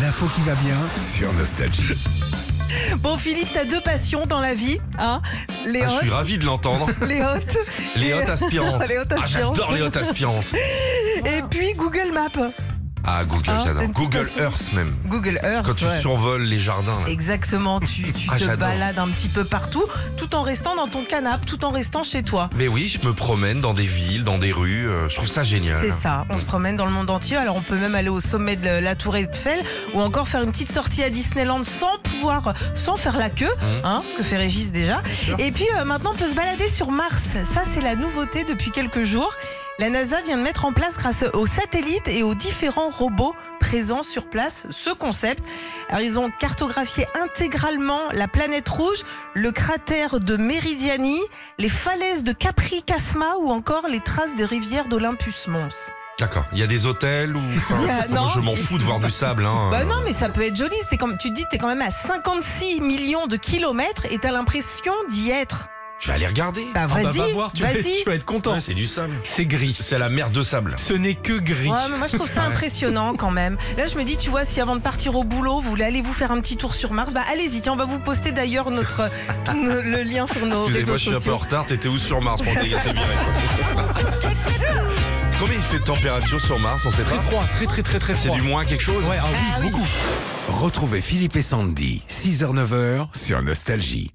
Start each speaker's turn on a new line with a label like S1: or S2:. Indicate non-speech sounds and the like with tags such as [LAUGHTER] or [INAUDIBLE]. S1: l'info qui va bien.
S2: Sur Nostalgie.
S3: Bon, Philippe, t'as deux passions dans la vie, hein Les
S2: Ah, je suis
S3: hôtes,
S2: ravi de
S3: [LAUGHS]
S2: l'entendre.
S3: les hôtes,
S2: Les hôtes aspirantes.
S3: Les hôtes
S2: Ah,
S3: aspirantes.
S2: j'adore les hôtes aspirantes.
S3: et puis Google Maps,
S2: Ah, Google,
S3: Ah, t'as
S2: j'adore.
S3: une
S2: Google
S3: passion.
S2: Earth même.
S3: Google Earth.
S2: Quand tu
S3: ouais.
S2: survoles les jardins. là.
S3: Exactement, tu, tu
S2: Ah,
S3: te
S2: j'adore.
S3: balades un petit peu partout, tout en restant dans ton canapé, tout en restant chez toi.
S2: Mais oui, je me promène dans des villes, dans des rues. euh, Je trouve ça génial.
S3: C'est ça, on se promène dans le monde entier. Alors on peut même aller au sommet de la tour Eiffel ou encore faire une petite sortie à Disneyland sans pouvoir, sans faire la queue,
S2: Mhm.
S3: hein, ce que fait Régis déjà.
S2: sûr.
S3: Et puis euh, maintenant on peut se balader sur Mars. Ça c'est la nouveauté depuis quelques jours. La NASA vient de mettre en place grâce aux satellites et aux différents robots présents sur place ce concept. Alors ils ont cartographié intégralement la planète rouge, le cratère de Meridiani, les falaises de Capri Casma ou encore les traces des rivières d'Olympus Mons.
S2: D'accord. Il y a des hôtels ou. enfin,
S3: [LAUGHS] Il y a-
S2: moi,
S3: non.
S2: je m'en fous de voir du sable. Hein.
S3: Bah non, mais ça peut être joli. C'est comme tu te dis, t'es quand même à 56 millions de kilomètres et t'as l'impression d'y être.
S2: Je vais aller regarder.
S3: Bah
S1: Ah bah,
S3: vas-y,
S1: va voir, tu vas,
S3: vas-y.
S1: tu vas être content.
S2: Ouais, c'est du sable.
S1: C'est gris.
S2: C'est la mer de sable.
S1: Ce n'est que gris.
S3: Ouais, mais moi je
S2: [LAUGHS]
S3: trouve ça impressionnant quand même. Là je me dis, tu vois, si avant de partir au boulot, vous voulez aller vous faire un petit tour sur Mars, bah allez-y, tiens, on va vous poster d'ailleurs notre [LAUGHS] no- le lien sur nos réseaux
S2: Excusez-moi, je suis un peu en
S3: sociaux.
S2: retard. T'étais où sur Mars pour te virer
S3: [LAUGHS]
S2: quoi. Combien il fait de température sur Mars On sait
S1: Très
S2: pas.
S1: froid, très très très très
S2: C'est
S1: froid.
S2: du moins quelque chose
S1: Ouais, ah oui,
S3: Ah oui.
S1: beaucoup.
S4: Retrouvez Philippe et Sandy, 6h-9h sur Nostalgie.